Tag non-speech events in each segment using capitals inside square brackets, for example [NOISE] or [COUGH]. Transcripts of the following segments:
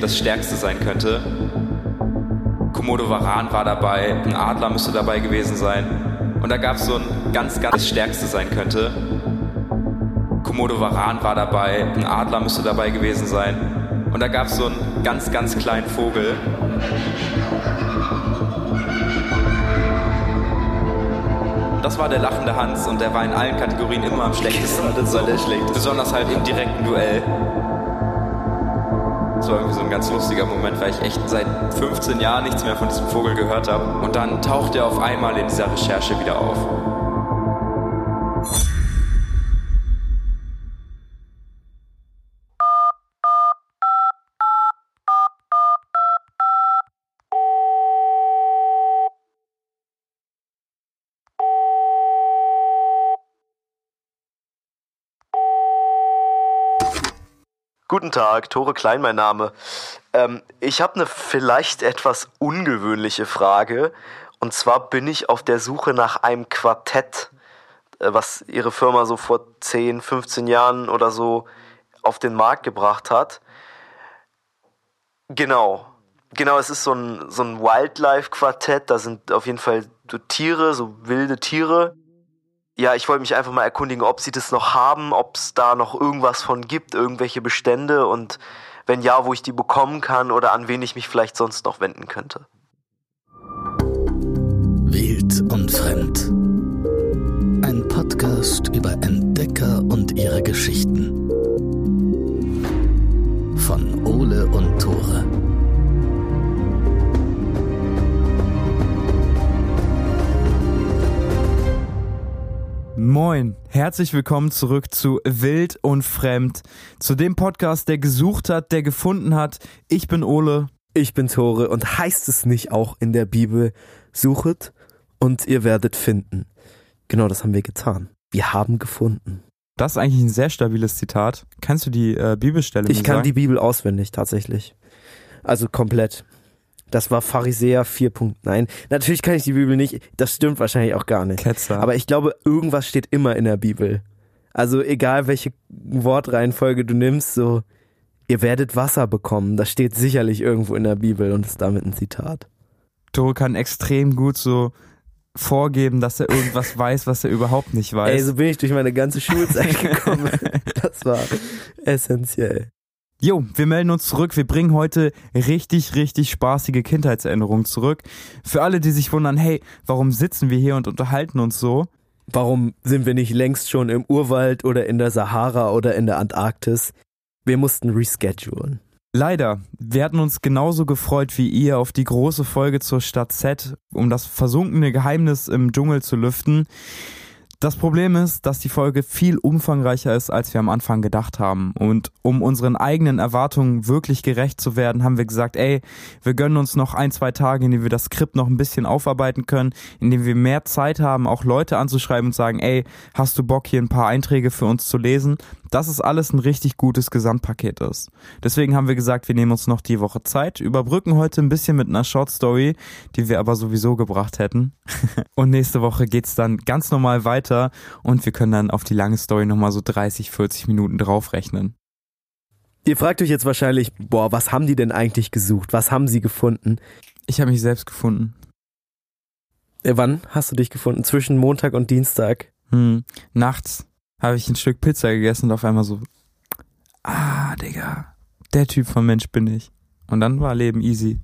das Stärkste sein könnte. Komodo Varan war dabei, ein Adler müsste dabei gewesen sein. Und da gab es so ein ganz, ganz das Stärkste sein könnte. Komodo Varan war dabei, ein Adler müsste dabei gewesen sein. Und da gab es so einen ganz, ganz kleinen Vogel. Das war der lachende Hans und der war in allen Kategorien immer am schlechtesten. Das war der schlechteste. Besonders halt im direkten Duell. Das war irgendwie so ein ganz lustiger Moment, weil ich echt seit 15 Jahren nichts mehr von diesem Vogel gehört habe. Und dann taucht er auf einmal in dieser Recherche wieder auf. Guten Tag, Tore Klein, mein Name. Ähm, ich habe eine vielleicht etwas ungewöhnliche Frage. Und zwar bin ich auf der Suche nach einem Quartett, äh, was Ihre Firma so vor 10, 15 Jahren oder so auf den Markt gebracht hat. Genau. Genau, es ist so ein, so ein Wildlife-Quartett. Da sind auf jeden Fall so Tiere, so wilde Tiere ja, ich wollte mich einfach mal erkundigen, ob sie das noch haben, ob es da noch irgendwas von gibt, irgendwelche Bestände und wenn ja, wo ich die bekommen kann oder an wen ich mich vielleicht sonst noch wenden könnte. Wild und Fremd. Ein Podcast über Entdecker und ihre Geschichten. Von Ole und Tore. Moin, herzlich willkommen zurück zu Wild und Fremd, zu dem Podcast, der gesucht hat, der gefunden hat. Ich bin Ole. Ich bin Tore und heißt es nicht auch in der Bibel, suchet und ihr werdet finden. Genau das haben wir getan. Wir haben gefunden. Das ist eigentlich ein sehr stabiles Zitat. Kannst du die äh, Bibelstelle Ich mir kann sagen? die Bibel auswendig tatsächlich. Also komplett. Das war Pharisäer 4. Nein, natürlich kann ich die Bibel nicht. Das stimmt wahrscheinlich auch gar nicht. Ketzer. Aber ich glaube, irgendwas steht immer in der Bibel. Also egal welche Wortreihenfolge du nimmst, so ihr werdet Wasser bekommen. Das steht sicherlich irgendwo in der Bibel und ist damit ein Zitat. Tore kann extrem gut so vorgeben, dass er irgendwas [LAUGHS] weiß, was er überhaupt nicht weiß. Ey, so bin ich durch meine ganze Schulzeit [LAUGHS] gekommen. Das war essentiell. Jo, wir melden uns zurück. Wir bringen heute richtig, richtig spaßige Kindheitserinnerungen zurück. Für alle, die sich wundern, hey, warum sitzen wir hier und unterhalten uns so? Warum sind wir nicht längst schon im Urwald oder in der Sahara oder in der Antarktis? Wir mussten reschedulen. Leider, wir hatten uns genauso gefreut wie ihr auf die große Folge zur Stadt Z, um das versunkene Geheimnis im Dschungel zu lüften. Das Problem ist, dass die Folge viel umfangreicher ist, als wir am Anfang gedacht haben. Und um unseren eigenen Erwartungen wirklich gerecht zu werden, haben wir gesagt, ey, wir gönnen uns noch ein, zwei Tage, in denen wir das Skript noch ein bisschen aufarbeiten können, in denen wir mehr Zeit haben, auch Leute anzuschreiben und sagen, ey, hast du Bock, hier ein paar Einträge für uns zu lesen? Dass es alles ein richtig gutes Gesamtpaket ist. Deswegen haben wir gesagt, wir nehmen uns noch die Woche Zeit, überbrücken heute ein bisschen mit einer Short Story, die wir aber sowieso gebracht hätten. und nächste Woche geht's dann ganz normal weiter und wir können dann auf die lange Story nochmal so 30, 40 Minuten draufrechnen. Ihr fragt euch jetzt wahrscheinlich, boah, was haben die denn eigentlich gesucht? Was haben sie gefunden? Ich habe mich selbst gefunden. Äh, wann hast du dich gefunden? Zwischen Montag und Dienstag? Hm. Nachts habe ich ein Stück Pizza gegessen und auf einmal so, ah, Digga, der Typ von Mensch bin ich. Und dann war Leben easy.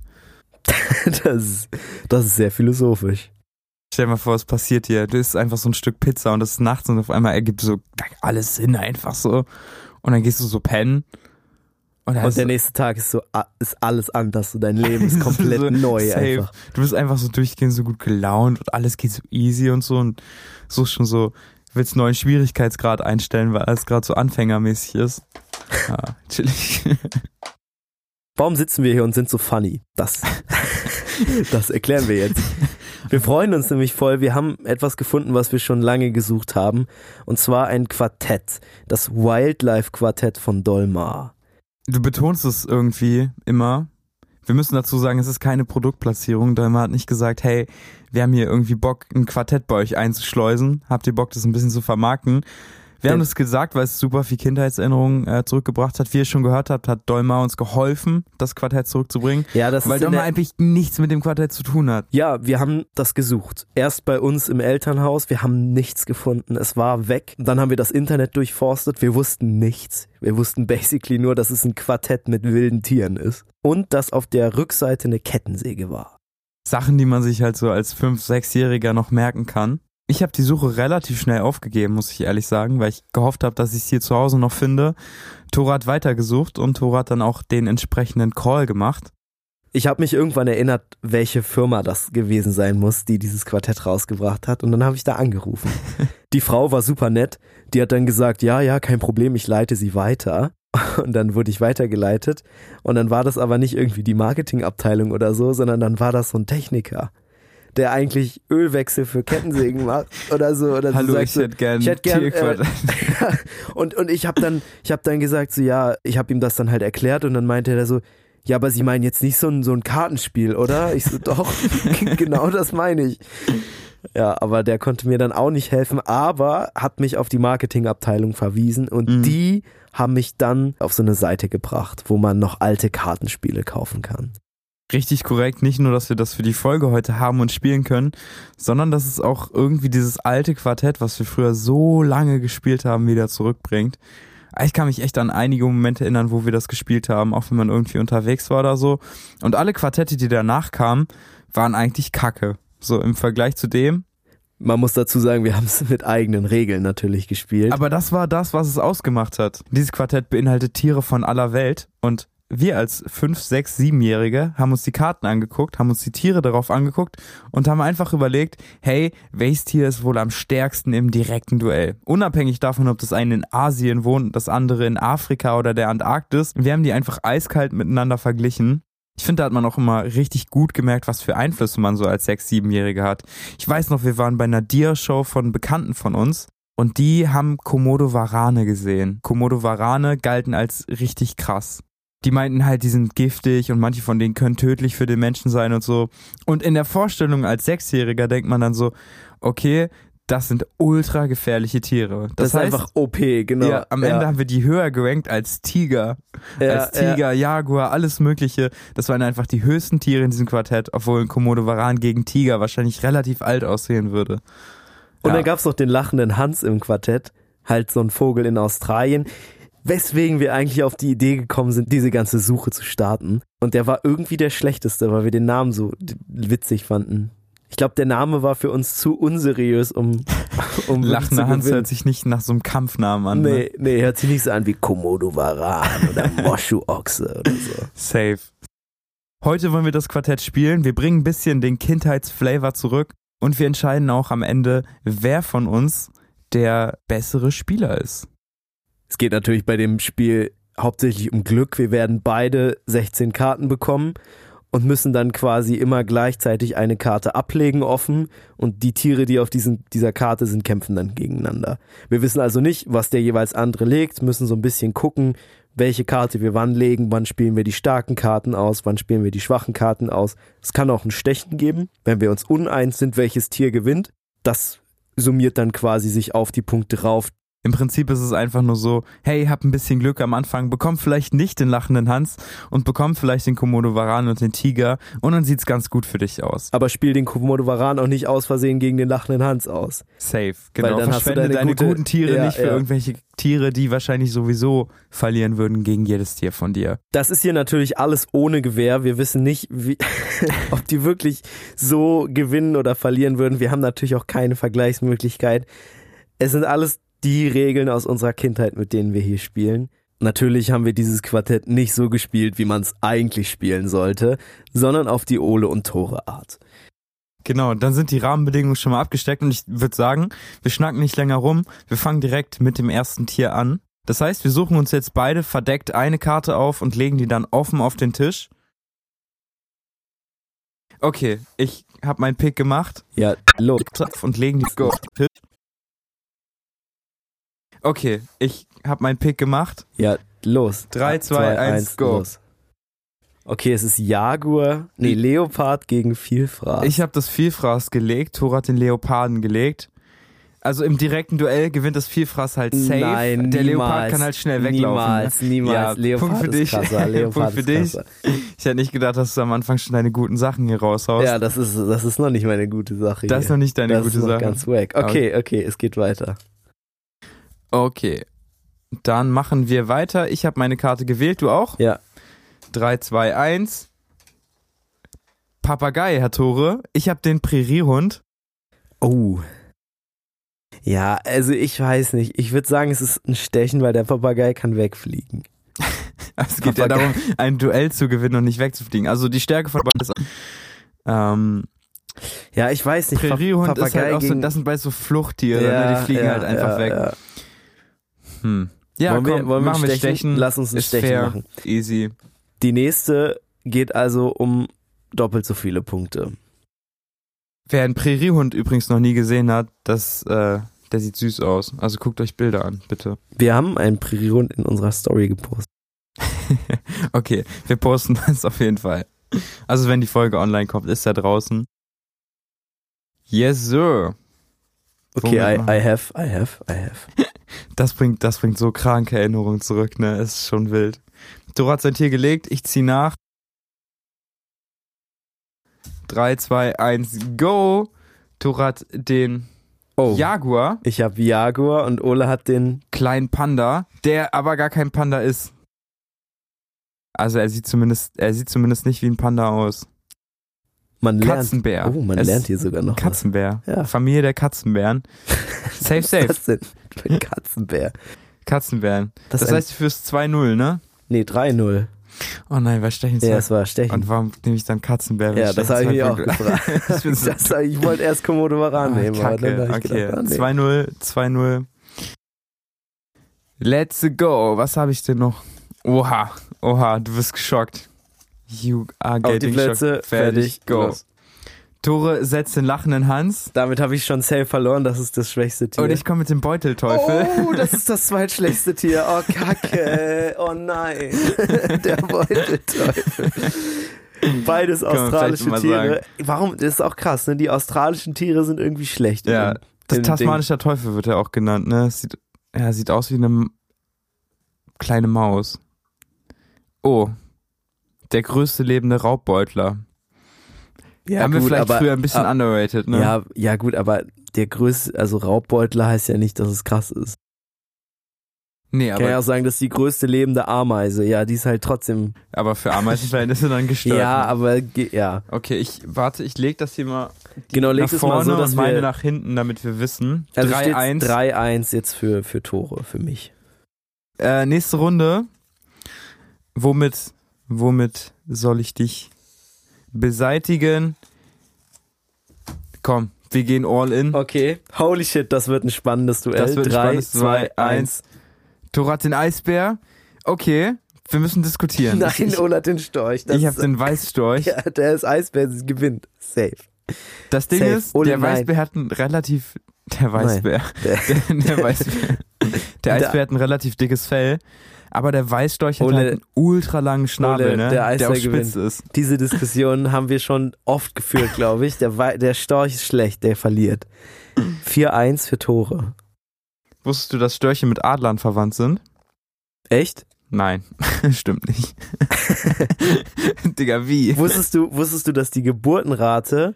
Das ist, das ist sehr philosophisch. Stell dir mal vor, es passiert hier. Du isst einfach so ein Stück Pizza und das ist nachts und auf einmal ergibt so alles Sinn einfach so. Und dann gehst du so pennen. Und, dann Und ist- der nächste Tag ist so, a- ist alles anders. So dein Leben ist komplett [LAUGHS] So neu safe. einfach. Du bist einfach so durchgehend so gut gelaunt und alles geht so easy und so und so schon so, willst neuen Schwierigkeitsgrad einstellen, weil alles gerade so anfängermäßig ist. Ja, chillig. Warum sitzen wir hier und sind so funny? [LAUGHS] Das, das erklären wir jetzt. Wir freuen uns nämlich voll. Wir haben etwas gefunden, was wir schon lange gesucht haben. Und zwar ein Quartett. Das Wildlife Quartett von Dolmar. Du betonst es irgendwie immer. Wir müssen dazu sagen, es ist keine Produktplatzierung. Dolma hat nicht gesagt, hey, wir haben hier irgendwie Bock, ein Quartett bei euch einzuschleusen. Habt ihr Bock, das ein bisschen zu vermarkten? Wir haben es gesagt, weil es super viel Kindheitserinnerungen äh, zurückgebracht hat. Wie ihr schon gehört habt, hat Dolmar uns geholfen, das Quartett zurückzubringen. Ja, das weil ist in Dolmar der- eigentlich nichts mit dem Quartett zu tun hat. Ja, wir haben das gesucht. Erst bei uns im Elternhaus, wir haben nichts gefunden. Es war weg. Dann haben wir das Internet durchforstet. Wir wussten nichts. Wir wussten basically nur, dass es ein Quartett mit wilden Tieren ist. Und dass auf der Rückseite eine Kettensäge war. Sachen, die man sich halt so als 5-, 6-Jähriger noch merken kann. Ich habe die Suche relativ schnell aufgegeben, muss ich ehrlich sagen, weil ich gehofft habe, dass ich es hier zu Hause noch finde. Toro hat weitergesucht und Toro hat dann auch den entsprechenden Call gemacht. Ich habe mich irgendwann erinnert, welche Firma das gewesen sein muss, die dieses Quartett rausgebracht hat. Und dann habe ich da [LAUGHS] angerufen. Die Frau war super nett. Die hat dann gesagt, ja, ja, kein Problem, ich leite sie weiter. [LAUGHS] Und dann wurde ich weitergeleitet. Und dann war das aber nicht irgendwie die Marketingabteilung oder so, sondern dann war das so ein Techniker, der eigentlich Ölwechsel für Kettensägen macht oder so. Oder Hallo, so sagt ich so, hätte gern Also ich hätte gern, äh, Tierquartett. und, und ich habe dann, ich hab dann gesagt, so ja, ich habe ihm das dann halt erklärt und dann meinte er so, ja, aber Sie meinen jetzt nicht so ein, so ein Kartenspiel, oder? Ich so, doch, [LAUGHS] genau das meine ich. Ja, aber der konnte mir dann auch nicht helfen, aber hat mich auf die Marketingabteilung verwiesen und Mhm. die haben mich dann auf so eine Seite gebracht, wo man noch alte Kartenspiele kaufen kann. Richtig korrekt, nicht nur, dass wir das für die Folge heute haben und spielen können, sondern dass es auch irgendwie dieses alte Quartett, was wir früher so lange gespielt haben, wieder zurückbringt. Ich kann mich echt an einige Momente erinnern, wo wir das gespielt haben, auch wenn man irgendwie unterwegs war oder so. Und alle Quartette, die danach kamen, waren eigentlich Kacke. So im Vergleich zu dem. Man muss dazu sagen, wir [LAUGHS] haben es mit eigenen Regeln natürlich gespielt. Aber das war das, was es ausgemacht hat. Dieses Quartett beinhaltet Tiere von aller Welt und wir als 5, 6, 7-Jährige haben uns die Karten angeguckt, haben uns die Tiere darauf angeguckt und haben einfach überlegt, hey, welches Tier ist wohl am stärksten im direkten Duell? Unabhängig davon, ob das eine in Asien wohnt, das andere in Afrika oder der Antarktis. Wir haben die einfach eiskalt miteinander verglichen. Ich finde, da hat man auch immer richtig gut gemerkt, was für Einflüsse man so als 6-, 7-Jährige hat. Ich weiß noch, wir waren bei einer Deer-Show von Bekannten von uns und die haben Komodo-Warane gesehen. Komodo-Warane galten als richtig krass. Die meinten halt, die sind giftig und manche von denen können tödlich für den Menschen sein und so. Und in der Vorstellung als Sechsjähriger denkt man dann so, okay, das sind ultra gefährliche Tiere. das, Das, heißt, ist einfach OP, genau. ja, am Ende haben wir die höher gerankt als Tiger. Ja, als ja. Tiger, Jaguar, alles Mögliche. Das waren einfach die höchsten Tiere in diesem Quartett, obwohl ein Komodo-Varan gegen Tiger wahrscheinlich relativ alt aussehen würde. Und Ja. dann gab's noch den lachenden Hans im Quartett, halt so ein Vogel in Australien, weswegen wir eigentlich auf die Idee gekommen sind, diese ganze Suche zu starten. Und der war irgendwie der schlechteste, weil wir den Namen so d- witzig fanden. Ich glaube, der Name war für uns zu unseriös, um, [LAUGHS] um wirklich zu Lachender Hans gewinnen. hört sich nicht nach so einem Kampfnamen an. Ne? Nee, nee, hört sich nicht so an wie Komodo Varan [LAUGHS] oder [LAUGHS] Moschu Ochse oder so. Safe. Heute wollen wir das Quartett spielen. Wir bringen ein bisschen den Kindheitsflavor zurück und wir entscheiden auch am Ende, wer von uns der bessere Spieler ist. Es geht natürlich bei dem Spiel hauptsächlich um Glück. Wir werden beide 16 Karten bekommen und müssen dann quasi immer gleichzeitig eine Karte ablegen offen und die Tiere, die auf diesen, dieser Karte sind, kämpfen dann gegeneinander. Wir wissen also nicht, was der jeweils andere legt, müssen so ein bisschen gucken, welche Karte wir wann legen, wann spielen wir die starken Karten aus, wann spielen wir die schwachen Karten aus. Es kann auch ein Stechen geben, wenn wir uns uneins sind, welches Tier gewinnt. Das summiert dann quasi sich auf die Punkte rauf, Im Prinzip ist es einfach nur so, hey, hab ein bisschen Glück am Anfang, bekommt vielleicht nicht den lachenden Hans und bekommt vielleicht den Komodo Varan und den Tiger und dann sieht's ganz gut für dich aus. aber spiel den Komodo Varan auch nicht aus Versehen gegen den lachenden Hans aus. Safe, genau. dann hast du Verschwende deine deine, gute- guten Tiere Ja, nicht für ja. irgendwelche Tiere, die wahrscheinlich sowieso verlieren würden gegen jedes Tier von dir. Das ist hier natürlich alles ohne Gewehr. Wir wissen nicht, wie, [LAUGHS] ob die wirklich so gewinnen oder verlieren würden. Wir haben natürlich auch keine Vergleichsmöglichkeit. Es sind alles die Regeln aus unserer Kindheit, mit denen wir hier spielen. Natürlich haben wir dieses Quartett nicht so gespielt, wie man es eigentlich spielen sollte, sondern auf die Ole und Tore Art. Genau, dann sind die Rahmenbedingungen schon mal abgesteckt und ich würde sagen, wir schnacken nicht länger rum, wir fangen direkt mit dem ersten Tier an. Das heißt, wir suchen uns jetzt beide verdeckt eine Karte auf und legen die dann offen auf den Tisch. Okay, ich habe meinen Pick gemacht Ja, los. und legen die auf den Tisch. Okay, ich habe meinen Pick gemacht. Ja, los. Drei, zwei, eins, go. Okay, es ist Jaguar, nee, Leopard gegen Vielfraß. Ich habe das Vielfraß gelegt, Thor hat den Leoparden gelegt. Also im direkten Duell gewinnt das Vielfraß halt safe. Nein, der niemals, Leopard kann halt schnell weglaufen. Niemals, niemals. Ja, Leopard Punkt für ist dich. krasser. [LAUGHS] Leopard Punkt für ist dich. krasser. Ich hätte nicht gedacht, dass du am Anfang schon deine guten Sachen hier raushaust. Ja, das ist, das ist noch nicht meine gute Sache. Das ist noch nicht deine das gute ist noch Sache. ganz wack. Okay, okay, es geht weiter. Okay. Dann machen wir weiter. Ich habe meine Karte gewählt, du auch? Ja. 3, 2, 1. Papagei, Herr Tore. Ich habe den Präriehund. [LAUGHS] Oh. Ja, also ich weiß nicht. Ich würde sagen, es ist ein Stechen, weil der Papagei kann wegfliegen. Es geht ja Papagei. darum, ein Duell zu gewinnen und nicht wegzufliegen. Also die Stärke von beiden ist. Ähm, Ja, ich weiß nicht. Pa- Präriehund ist halt auch so, gegen- das sind beides so Fluchttiere, Ja, ne? die fliegen ja, halt einfach ja, weg. Ja. Hm. Ja, wollen wir, komm, wollen machen wir stechen? Lass uns ein ist Stechen fair, machen. easy. Die nächste geht also um doppelt so viele Punkte. Wer einen Präriehund übrigens noch nie gesehen hat, das, äh, der sieht süß aus. Also guckt euch Bilder an, bitte. Wir haben einen Präriehund in unserer Story gepostet. Okay, wir posten [LAUGHS] das auf jeden Fall. Also wenn die Folge online kommt, ist er draußen. Yes, sir. Okay, Womit I, machen- I have, I have, I have. Das bringt, das bringt so kranke Erinnerungen zurück, ne? Ist schon wild. Doro hat sein Tier gelegt, ich zieh nach. 3, 2, 1, go! Doro hat den Oh, Jaguar, ich habe Jaguar und Ole hat den. kleinen Panda, der aber gar kein Panda ist. Also er sieht zumindest, er sieht zumindest nicht wie ein Panda aus. Man lernt. Katzenbär. Oh, man Es- lernt hier sogar noch Katzenbär. Ja. Familie der [LAUGHS] Katzenbären. was. Safe, safe. Was ist das denn für ein Katzenbär? Katzenbären. Das, Das, ist ein, heißt fürs 2-0, ne? nee, 3-0. Oh nein, was stechen Ja, ja, es war Stechen. Und warum nehme ich dann Katzenbär? Ja, das habe ich [LAUGHS] mich auch gefragt. Ich bin ich, so- das, ich wollte erst Komodo Varan Ah, nehmen, aber dann Kacke. habe ich Okay, gedacht, ah, nee. 2-0, 2-0. Let's go. Was habe ich denn noch? Oha, oha, du wirst geschockt. You are Auf Oh, die getting Plätze, shocked. fertig, go. los. Tore setzt den lachenden Hans. Damit habe ich schon safe verloren, das ist das schwächste Tier. Und ich komme mit dem Beutelteufel. oh, [LAUGHS] das ist das zweitschlechteste Tier. Oh, Kacke. [LAUGHS] Oh nein. Der Beutelteufel. Beides man australische vielleicht mal Tiere. Warum? Das ist auch krass, ne? Die australischen Tiere sind irgendwie schlecht. Ja, im- das im tasmanischer Teufel wird er auch genannt, ne? Es Sieht, ja, sieht aus wie eine m- kleine Maus. Oh. Der größte lebende Raubbeutler. Ding. Ja, Haben wir gut, vielleicht aber, früher ein bisschen ah, underrated, ne? Ja, ja, gut, aber der größte, also Raubbeutler heißt ja nicht, dass es krass ist. Nee, Kann ja aber, auch sagen, das ist die größte lebende Ameise. Ja, die ist halt trotzdem. aber für Ameisenverhältnisse dann gestört. ja, ne? aber ge- ja. Okay, ich warte, ich leg das hier mal Genau, nach legt es mal vorne so, dass und meine wir. nach hinten, damit wir wissen. Also 3-1. 3-1 jetzt für, für Tore, für mich. Äh, nächste Runde. Womit, womit soll ich dich beseitigen? Komm, wir gehen all in. Okay. Holy shit, das wird ein spannendes Duell. Das wird ein Drei, spannendes Duell. zwei, eins. Torat den Eisbär. Okay, wir müssen diskutieren. ich Nein, ich, Ola hat den Storch. Das ich habe ist- den Weißstorch. ja, der ist Eisbär, sie gewinnt. Safe. das Ding safe. ist, Ole, der nein. Weißbär hat einen relativ. Der [LAUGHS] Weißbär. Der- Der, der Weißbär. Der Eisbär hat ein relativ dickes Fell. Aber der Weißstorch hat Ole- halt einen ultralangen Schnabel, Ole, ne? der Eisbär der auch gewinnt. spitz ist. Diese Diskussion [LAUGHS] haben wir schon oft geführt, glaube ich. Der, Wei- der Storch ist schlecht, der verliert. 4-1 für Tore. Wusstest du, dass Störche mit Adlern verwandt sind? Echt? Nein, [LAUGHS] stimmt nicht. [LAUGHS] Digga, wie? Wusstest du, wusstest du, dass die Geburtenrate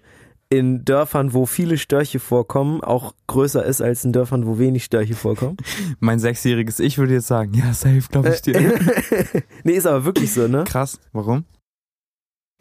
in Dörfern, wo viele Störche vorkommen, auch größer ist als in Dörfern, wo wenig Störche vorkommen? Mein sechsjähriges Ich würde jetzt sagen, ja, safe, glaube ich Äh, dir. [LAUGHS] nee, ist aber wirklich so, ne? [LAUGHS] Krass, warum?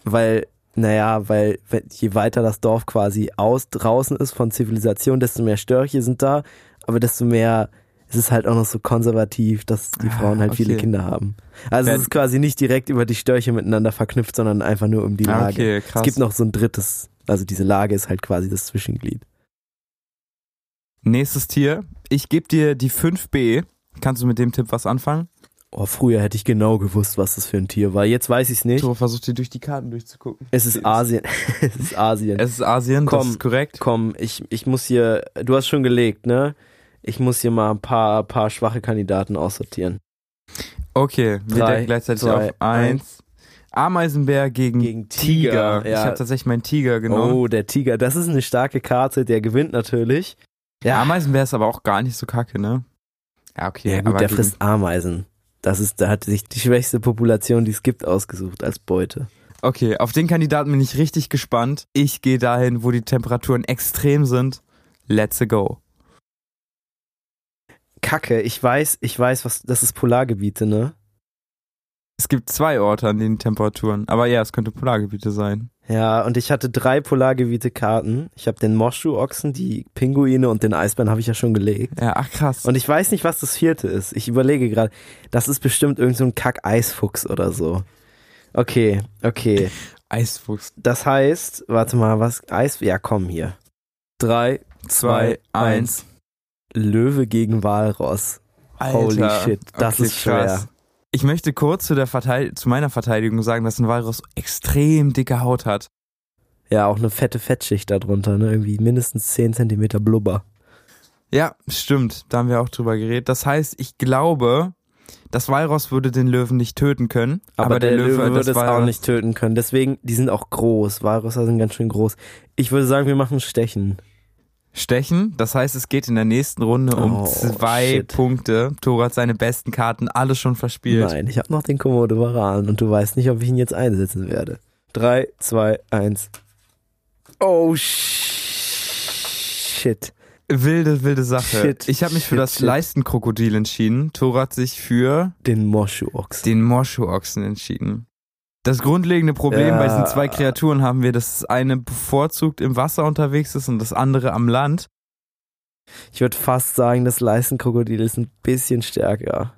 Weil, naja, weil wenn- je weiter das Dorf quasi aus draußen ist von Zivilisation, desto mehr Störche sind da, aber desto mehr es ist halt auch noch so konservativ, dass die Ah, Frauen halt viele okay. Kinder haben. Also Wenn- es ist quasi nicht direkt über die Störche miteinander verknüpft, sondern einfach nur um die Ah, Lage. okay, es krass. gibt noch so ein drittes, also diese Lage ist halt quasi das Zwischenglied. Nächstes Tier. Ich gebe dir die 5b. Kannst du mit dem Tipp was anfangen? Oh, früher hätte ich genau gewusst, was das für ein Tier war. Jetzt weiß ich es nicht. Toro versucht dir durch die Karten durchzugucken. Es ist Asien. [LAUGHS] es ist Asien. Es ist Asien, das Komm. ist korrekt. Komm, ich, ich muss hier, du hast schon gelegt, ne? Ich muss hier mal ein paar, paar schwache Kandidaten aussortieren. Okay, wir Drei, decken gleichzeitig zwei, auf eins. Ameisenbär gegen, Gegen Tiger. Tiger, ja. Ich habe tatsächlich meinen Tiger genommen. Oh, der Tiger, das ist eine starke Karte, der gewinnt natürlich. Ja, Ameisen wäre es aber auch gar nicht so kacke, ne? Ja, okay. Ja gut, aber der gegen- frisst Ameisen. Das ist, da hat sich die schwächste Population, die es gibt, ausgesucht als Beute. Okay, auf den Kandidaten bin ich richtig gespannt. Ich gehe dahin, wo die Temperaturen extrem sind. Let's a go. Kacke, ich weiß, ich weiß, was, das ist Polargebiete, ne? Es gibt zwei Orte, an denen Temperaturen. Aber ja, es könnte Polargebiete sein. Ja, und ich hatte drei Polargebiete-Karten. Ich habe den Moschuschuchsen, die Pinguine und den Eisbären habe ich ja schon gelegt. Ja, ach krass. Und ich weiß nicht, was das vierte ist. Ich überlege gerade, das ist bestimmt irgend so ein Kack-Eisfuchs oder so. Okay, okay. Eisfuchs. Das heißt, warte mal, was, Eis, ja komm hier. Drei, Zwei, eins. Löwe gegen Walross. Alter. Holy shit, das ist schwer. Ich möchte kurz zu, der Verteid zu meiner Verteidigung sagen, dass ein Walross extrem dicke Haut hat. Ja, auch eine fette Fettschicht darunter, ne? Irgendwie mindestens 10 Zentimeter Blubber. Ja, stimmt. Da haben wir auch drüber geredet. Das heißt, ich glaube, das Walross würde den Löwen nicht töten können. Aber, der, Löwe, das würde es auch Walross- nicht töten können. Deswegen, die sind auch groß. Walrösser sind ganz schön groß. Ich würde sagen, wir machen Stechen. stechen. Das heißt, es geht in der nächsten Runde um Oh, zwei shit. Punkte. Toro hat seine besten Karten alle schon verspielt. Nein, ich habe noch den Komodo Varan und du weißt nicht, ob ich ihn jetzt einsetzen werde. 3, 2, 1. Oh, shit. Wilde, wilde Sache. Shit, ich habe mich für shit, das shit. Leistenkrokodil entschieden. Toro hat sich für Den Moschu-Ochs. den Moschu-Ochsen entschieden. Das grundlegende Problem Ja. bei diesen zwei Kreaturen haben wir, dass das eine bevorzugt im Wasser unterwegs ist und das andere am Land. Ich würde fast sagen, das Leistenkrokodil ist ein bisschen stärker.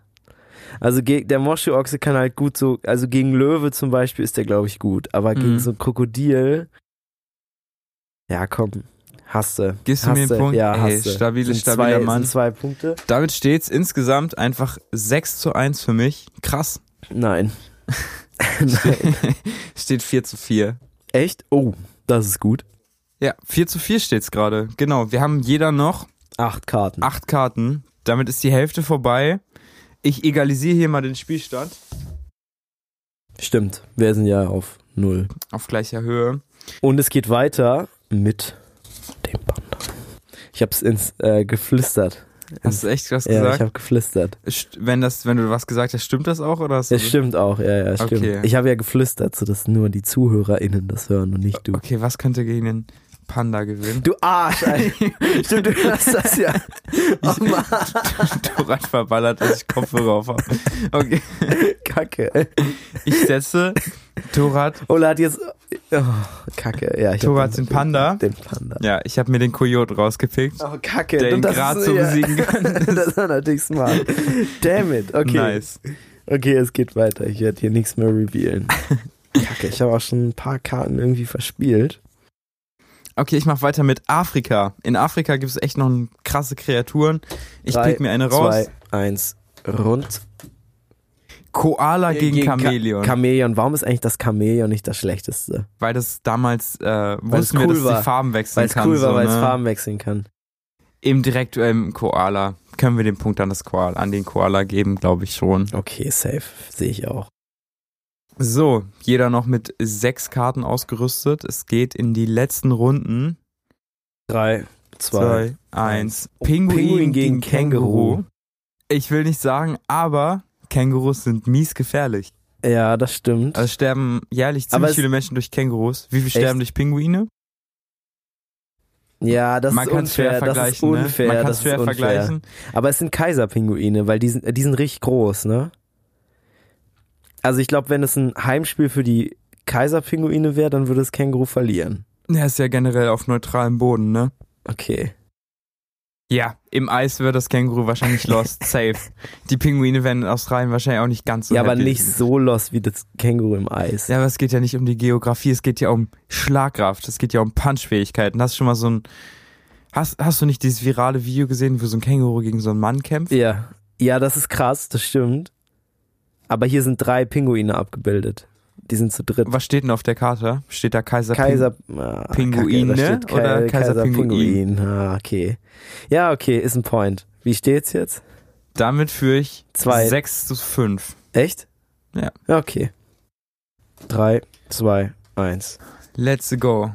Also ge- der Moschuochse kann halt gut so, also gegen Löwe zum Beispiel ist der, glaube ich, gut, aber Mhm. gegen so ein Krokodil. Ja, komm. Haste. Gibst du mir einen Punkt? Ja, Ey, haste. stabile- sind stabiler zwei, Mann. Sind zwei Punkte? Damit steht's insgesamt einfach 6 zu 1 für mich. Krass. [LAUGHS] Nein. [LAUGHS] Nein. Steht 4 zu 4. Echt? Oh, das ist gut. Ja, 4 zu 4 steht's gerade. Genau, wir haben jeder noch Acht Karten. acht Karten. Damit ist die Hälfte vorbei. Ich egalisiere hier mal den Spielstand Stimmt. Wir sind ja auf null. auf gleicher Höhe. Und es geht weiter mit dem Band. Ich hab's ins äh, geflüstert. Hast du echt was Ja, ich gesagt? habe geflüstert. St- Wenn, das, wenn du was gesagt hast, stimmt das auch? Oder hast du Es stimmt auch, ja, ja, stimmt. Okay. Ich habe ja geflüstert, sodass nur die ZuhörerInnen das hören und nicht du. Okay, was könnte gegen den Panda gewinnen? [LAUGHS] Du Arsch, Alter. stimmt, du hörst das ja. Oh Mann, Torat verballert, dass ich Kopfhörer auf habe. Okay, Kacke. ich setze Torat. Ola hat jetzt. Oh, Kacke, ja. Ich Toro hab hat den Panda. Den Panda. Ja, ich habe mir den Kojoten rausgepickt. Oh, Kacke. Der Und ihn das gerade ist- so ja. besiegen kann. [LAUGHS] Das war natürlich smart. Damn it, okay. Nice. Okay, es geht weiter. Ich werde hier nichts [LAUGHS] mehr revealen. Kacke, ich habe auch schon ein paar Karten irgendwie verspielt. Okay, ich mache weiter mit Afrika. In Afrika gibt es echt noch ein- krasse Kreaturen. Ich Drei, pick mir eine raus. Zwei, eins, rund. Koala gegen, Chamäleon. Ka Chamäleon. Warum ist eigentlich das Chamäleon nicht das Schlechteste? weil das damals äh, wussten es wir, cool dass war. die Farben wechseln Weil es kann. cool war, so, weil es ne? Farben wechseln kann. Eben direkt ähm, Koala. Können wir den Punkt an, das Koala, an den Koala geben, glaube ich schon. Okay, safe. Sehe ich auch. So, jeder noch mit sechs Karten ausgerüstet. Es geht in die letzten Runden. Drei, zwei. Zwei, eins. Oh, Pinguin, gegen Pinguin gegen Känguru. Känguru. Ich will nicht sagen, aber Kängurus sind mies gefährlich. Ja, das stimmt. Also sterben jährlich Aber ziemlich es- viele Menschen durch Kängurus. Wie viel sterben durch Pinguine? ja, das Man ist kann es schwer unfair. Das ist vergleichen. unfair. ne? Man kann das es ist schwer unfair. vergleichen. Aber es sind Kaiserpinguine, weil die sind, äh, die sind richtig groß, ne? Also ich glaube, wenn es ein Heimspiel für die Kaiserpinguine wäre, dann würde es Känguru verlieren. Er ist ja generell auf neutralem Boden, ne? Okay. Ja, im Eis wird das Känguru wahrscheinlich [LAUGHS] lost. Safe. Die Pinguine werden in Australien wahrscheinlich auch nicht ganz so ja, aber happy. nicht so los wie das Känguru im Eis. Ja, aber es geht ja nicht um die Geografie, es geht ja um Schlagkraft, es geht ja um Punchfähigkeiten. Hast du schon mal so ein. Hast, hast du nicht dieses virale Video gesehen, wo so ein Känguru gegen so einen Mann kämpft? Ja. Ja, das ist krass, das stimmt. Aber hier sind drei Pinguine abgebildet. Die sind zu dritt. Was steht denn auf der Karte? Steht da Kaiser Ping- Kaiser ah, Pinguine Kacke, da steht Kai- oder Kaiserpinguin? Kaiserpinguin. Ah, okay. Ja, okay, ist ein Point. Wie steht's jetzt? Damit führe ich Zwei. 6 zu 5. Echt? Ja. Okay. Drei, zwei, eins. Let's go.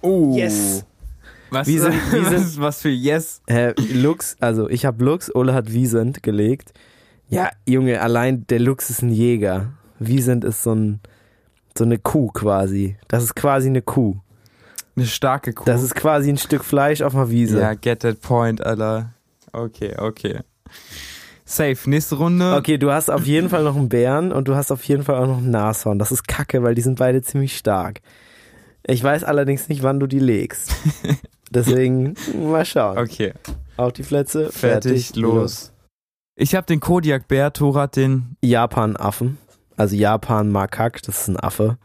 Oh. Yes. Was, Wiesent, was, [LAUGHS] Wiesent. was für Yes. Äh, Lux, also ich habe Lux, Ole hat Wiesent gelegt. Ja, Junge, allein der Lux ist ein Jäger. Wiesent ist so, ein, so eine Kuh quasi. Das ist quasi eine Kuh. Eine starke Kuh. Das ist quasi ein Stück Fleisch auf einer Wiese. ja, get that point, Alter. Okay, okay. Safe, nächste Runde. Okay, du hast auf jeden Fall noch einen Bären und du hast auf jeden Fall auch noch einen Nashorn. Das ist kacke, weil die sind beide ziemlich stark. Ich weiß allerdings nicht, wann du [LAUGHS] die legst. Deswegen mal schauen. Okay, Auf die Plätze. fertig, los. Ich habe den Kodiak-Bär, Thor hat den Japan-Affen. Also Japan-Makak, das ist ein Affe.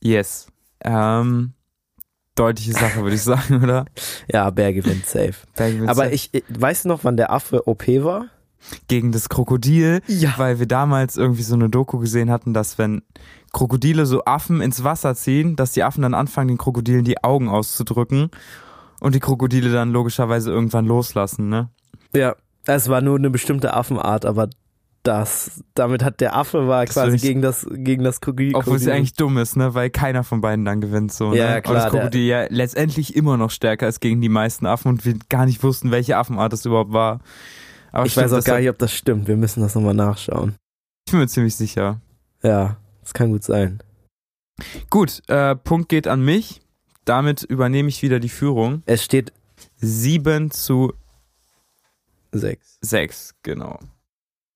Yes. Ähm, deutliche Sache, würde ich [LAUGHS] sagen, oder? Ja, Bär gewinnt safe. Aber ich, ich weißt du noch, wann der Affe OP war? gegen das Krokodil, Ja. weil wir damals irgendwie so eine Doku gesehen hatten, dass wenn Krokodile so Affen ins Wasser ziehen, dass die Affen dann anfangen, den Krokodilen die Augen auszudrücken und die Krokodile dann logischerweise irgendwann loslassen, ne? Ja. Es war nur eine bestimmte Affenart, aber das, damit hat der Affe war war quasi nicht- gegen das, gegen das Krokodil. Obwohl es eigentlich dumm ist, ne? Weil keiner von beiden dann gewinnt, so. Ja, ne? klar, Und das Krokodil ja letztendlich immer noch stärker ist gegen die meisten Affen und wir gar nicht wussten, welche Affenart das überhaupt war. Aber Ich stimmt, weiß auch das- gar nicht, ob das stimmt. Wir müssen das nochmal nachschauen. Ich bin mir ziemlich sicher. Ja, das kann gut sein. Gut, äh, Punkt geht an mich. Damit übernehme ich wieder die Führung. Es steht 7 zu 6. 6, genau.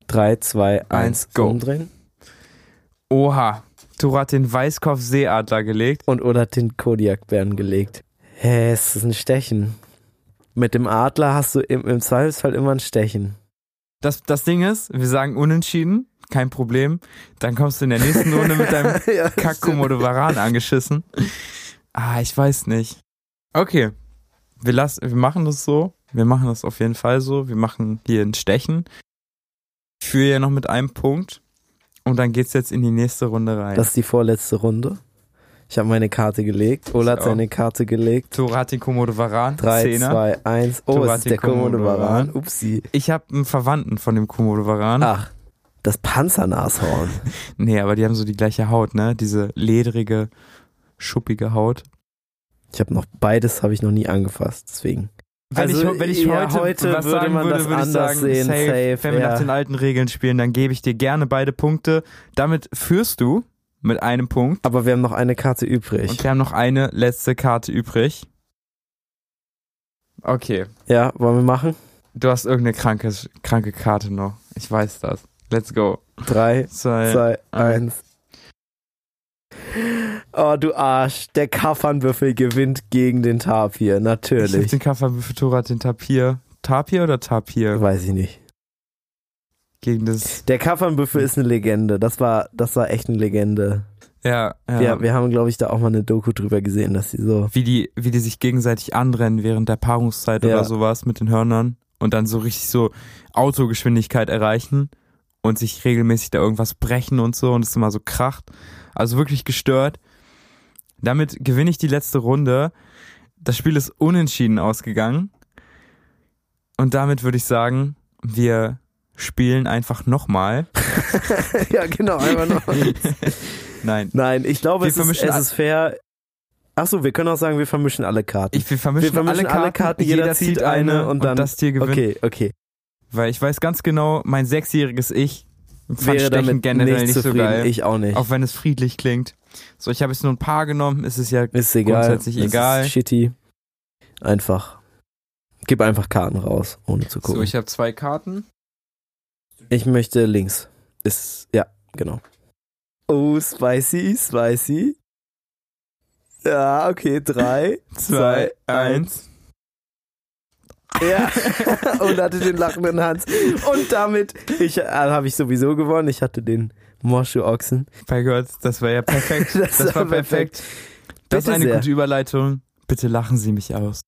3, 2, 1, Eins, go. Umdrehen. Oha, Tura hat den Weißkopf-Seeadler gelegt. Und oder hat den Kodiakbären gelegt. Hä, es ist ein Stechen. Mit dem Adler hast du im, im Zweifelsfall immer ein Stechen. Das, das Ding ist, wir sagen unentschieden, kein Problem. Dann kommst du in der nächsten Runde mit [LAUGHS] deinem ja, Kackkomodo Varan angeschissen. Ah, ich weiß nicht. Okay, wir, lassen, wir machen das so. Wir machen das auf jeden Fall so. Wir machen hier ein Stechen. Ich führe ja noch mit einem Punkt. Und dann geht's jetzt in die nächste Runde rein. Das ist die vorletzte Runde. Ich habe meine Karte gelegt. Ola hat Ich auch. seine Karte gelegt. Tora hat den Komodo Varan. 3, 2, 1. Oh, es ist Tomate der kommode Komodowaran. Waran. Upsi. Ich habe einen Verwandten von dem Komodo Varan. Ach, das Panzernashorn. Nee, aber die haben so die gleiche Haut, ne? Diese ledrige, schuppige Haut. Ich habe noch beides habe ich noch nie angefasst, deswegen. Wenn Also, ich, wenn ich ja, heute, heute was würde sagen man würde, das würde ich anders sagen, sehen, safe, safe, wenn wir ja. nach den alten Regeln spielen, dann gebe ich dir gerne beide Punkte. Damit führst du mit einem Punkt. Aber wir haben noch eine Karte übrig. Und wir haben noch eine letzte Karte übrig. Okay, Ja, wollen wir machen? du hast irgendeine kranke, kranke Karte noch. Ich weiß das. Let's go. 3, Zwei. 2, eins. 1. Oh, du Arsch. Der Kaffernbüffel gewinnt gegen den Tapir, Ich hab natürlich. den Kaffeebüffeltorat, den Tapir. Tapir oder Tapir? Weiß ich nicht. Gegen das. Der Kaffernbüffel Hm. ist eine Legende. Das war, das war echt eine Legende. Ja, ja. Wir, wir haben, glaube ich, da auch mal eine Doku drüber gesehen, dass sie so. wie die, wie die sich gegenseitig anrennen während der Paarungszeit Ja. oder sowas mit den Hörnern und dann so richtig so Autogeschwindigkeit erreichen und sich regelmäßig da irgendwas brechen und so und es immer so kracht. Also wirklich gestört. Damit gewinne ich die letzte Runde. Das Spiel ist unentschieden ausgegangen. Und damit würde ich sagen, wir spielen einfach [LAUGHS] nochmal. [LAUGHS] ja, genau, einfach noch. Nein. [LAUGHS] Nein, ich glaube, Wir es ist, vermischen es all- ist fair. Achso, wir können auch sagen, wir vermischen alle Karten. Ich, wir, vermischen Wir vermischen alle Karten, alle Karten, jeder zieht eine und dann- das Tier gewinnt. okay, okay. Weil ich weiß ganz genau, mein sechsjähriges Ich fand Wäre Stechen damit generell nicht nicht so zufrieden. geil. ich auch nicht. Auch wenn es friedlich klingt. So, ich habe jetzt nur ein paar genommen, ist es ja. ist egal. grundsätzlich es egal. Ist shitty. Einfach. Gib einfach Karten raus, ohne zu gucken. So, ich, ich habe zwei Karten. möchte links. Ist, ja, genau. Oh, spicy, spicy. Ja, okay, drei. [LAUGHS] Zwei, Zwei, eins. Ja, [LAUGHS] und hatte den lachenden Hans. Und damit ich, äh, habe ich sowieso gewonnen. Ich hatte den Morschu-Ochsen. Bei Gott, das [LAUGHS] war ja perfekt. Das das, war war perfekt. Das ist Bitte eine sehr. gute Überleitung. Bitte lachen Sie mich aus.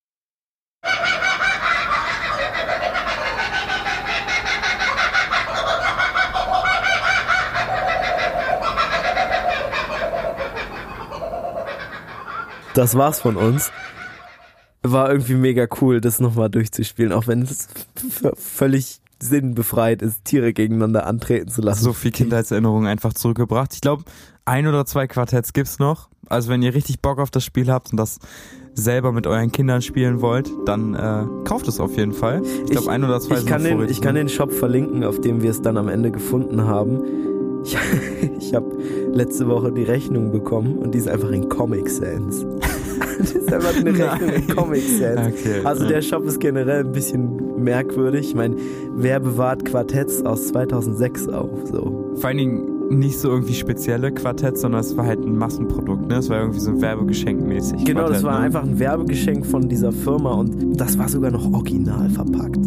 Das war's von uns. War irgendwie mega cool, das nochmal durchzuspielen, auch wenn es v- v- völlig sinnbefreit ist, Tiere gegeneinander antreten zu lassen. so viel Kindheitserinnerungen einfach zurückgebracht. Ich glaube, ein oder zwei Quartetts gibt's noch. Also wenn ihr richtig Bock auf das Spiel habt und das selber mit euren Kindern spielen wollt, dann äh, kauft es auf jeden Fall. Ich glaube, ein oder zwei ich sind ne? kann, den, Vorräte. ich kann den Shop verlinken, auf dem wir es dann am Ende gefunden haben. Ich, [LAUGHS] ich habe letzte Woche die Rechnung bekommen und die ist einfach in Comic Sans. [LAUGHS] das ist einfach eine Rechnung in Nein. Comic Sans. Okay. Also der Shop ist generell ein bisschen merkwürdig. Ich meine, wer bewahrt Quartetts aus 2006 auf? So. Vor allen Dingen nicht so irgendwie spezielle Quartetts, sondern es war halt ein Massenprodukt. Ne? Es war irgendwie so ein Werbegeschenk mäßig. Genau, Quartett, das war ne? einfach ein Werbegeschenk von dieser Firma und das war sogar noch original verpackt.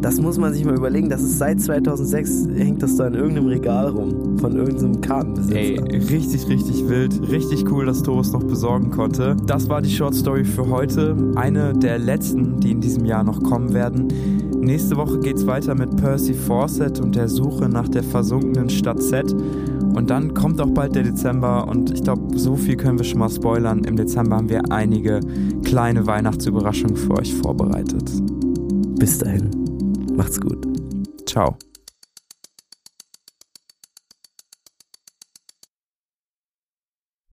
Das muss man sich mal überlegen. Das ist seit 2006 hängt das da in irgendeinem Regal rum von irgendeinem Kartenbesitzer. Ey, richtig, richtig wild. Richtig cool, dass Torus noch besorgen konnte. Das war die Short Story für heute. Eine der letzten, die in diesem Jahr noch kommen werden. Nächste Woche geht's weiter mit Percy Fawcett und der Suche nach der versunkenen Stadt Z. Und dann kommt auch bald der Dezember und ich glaube, so viel können wir schon mal spoilern. Im Dezember haben wir einige kleine Weihnachtsüberraschungen für euch vorbereitet. Bis dahin, macht's gut. Ciao.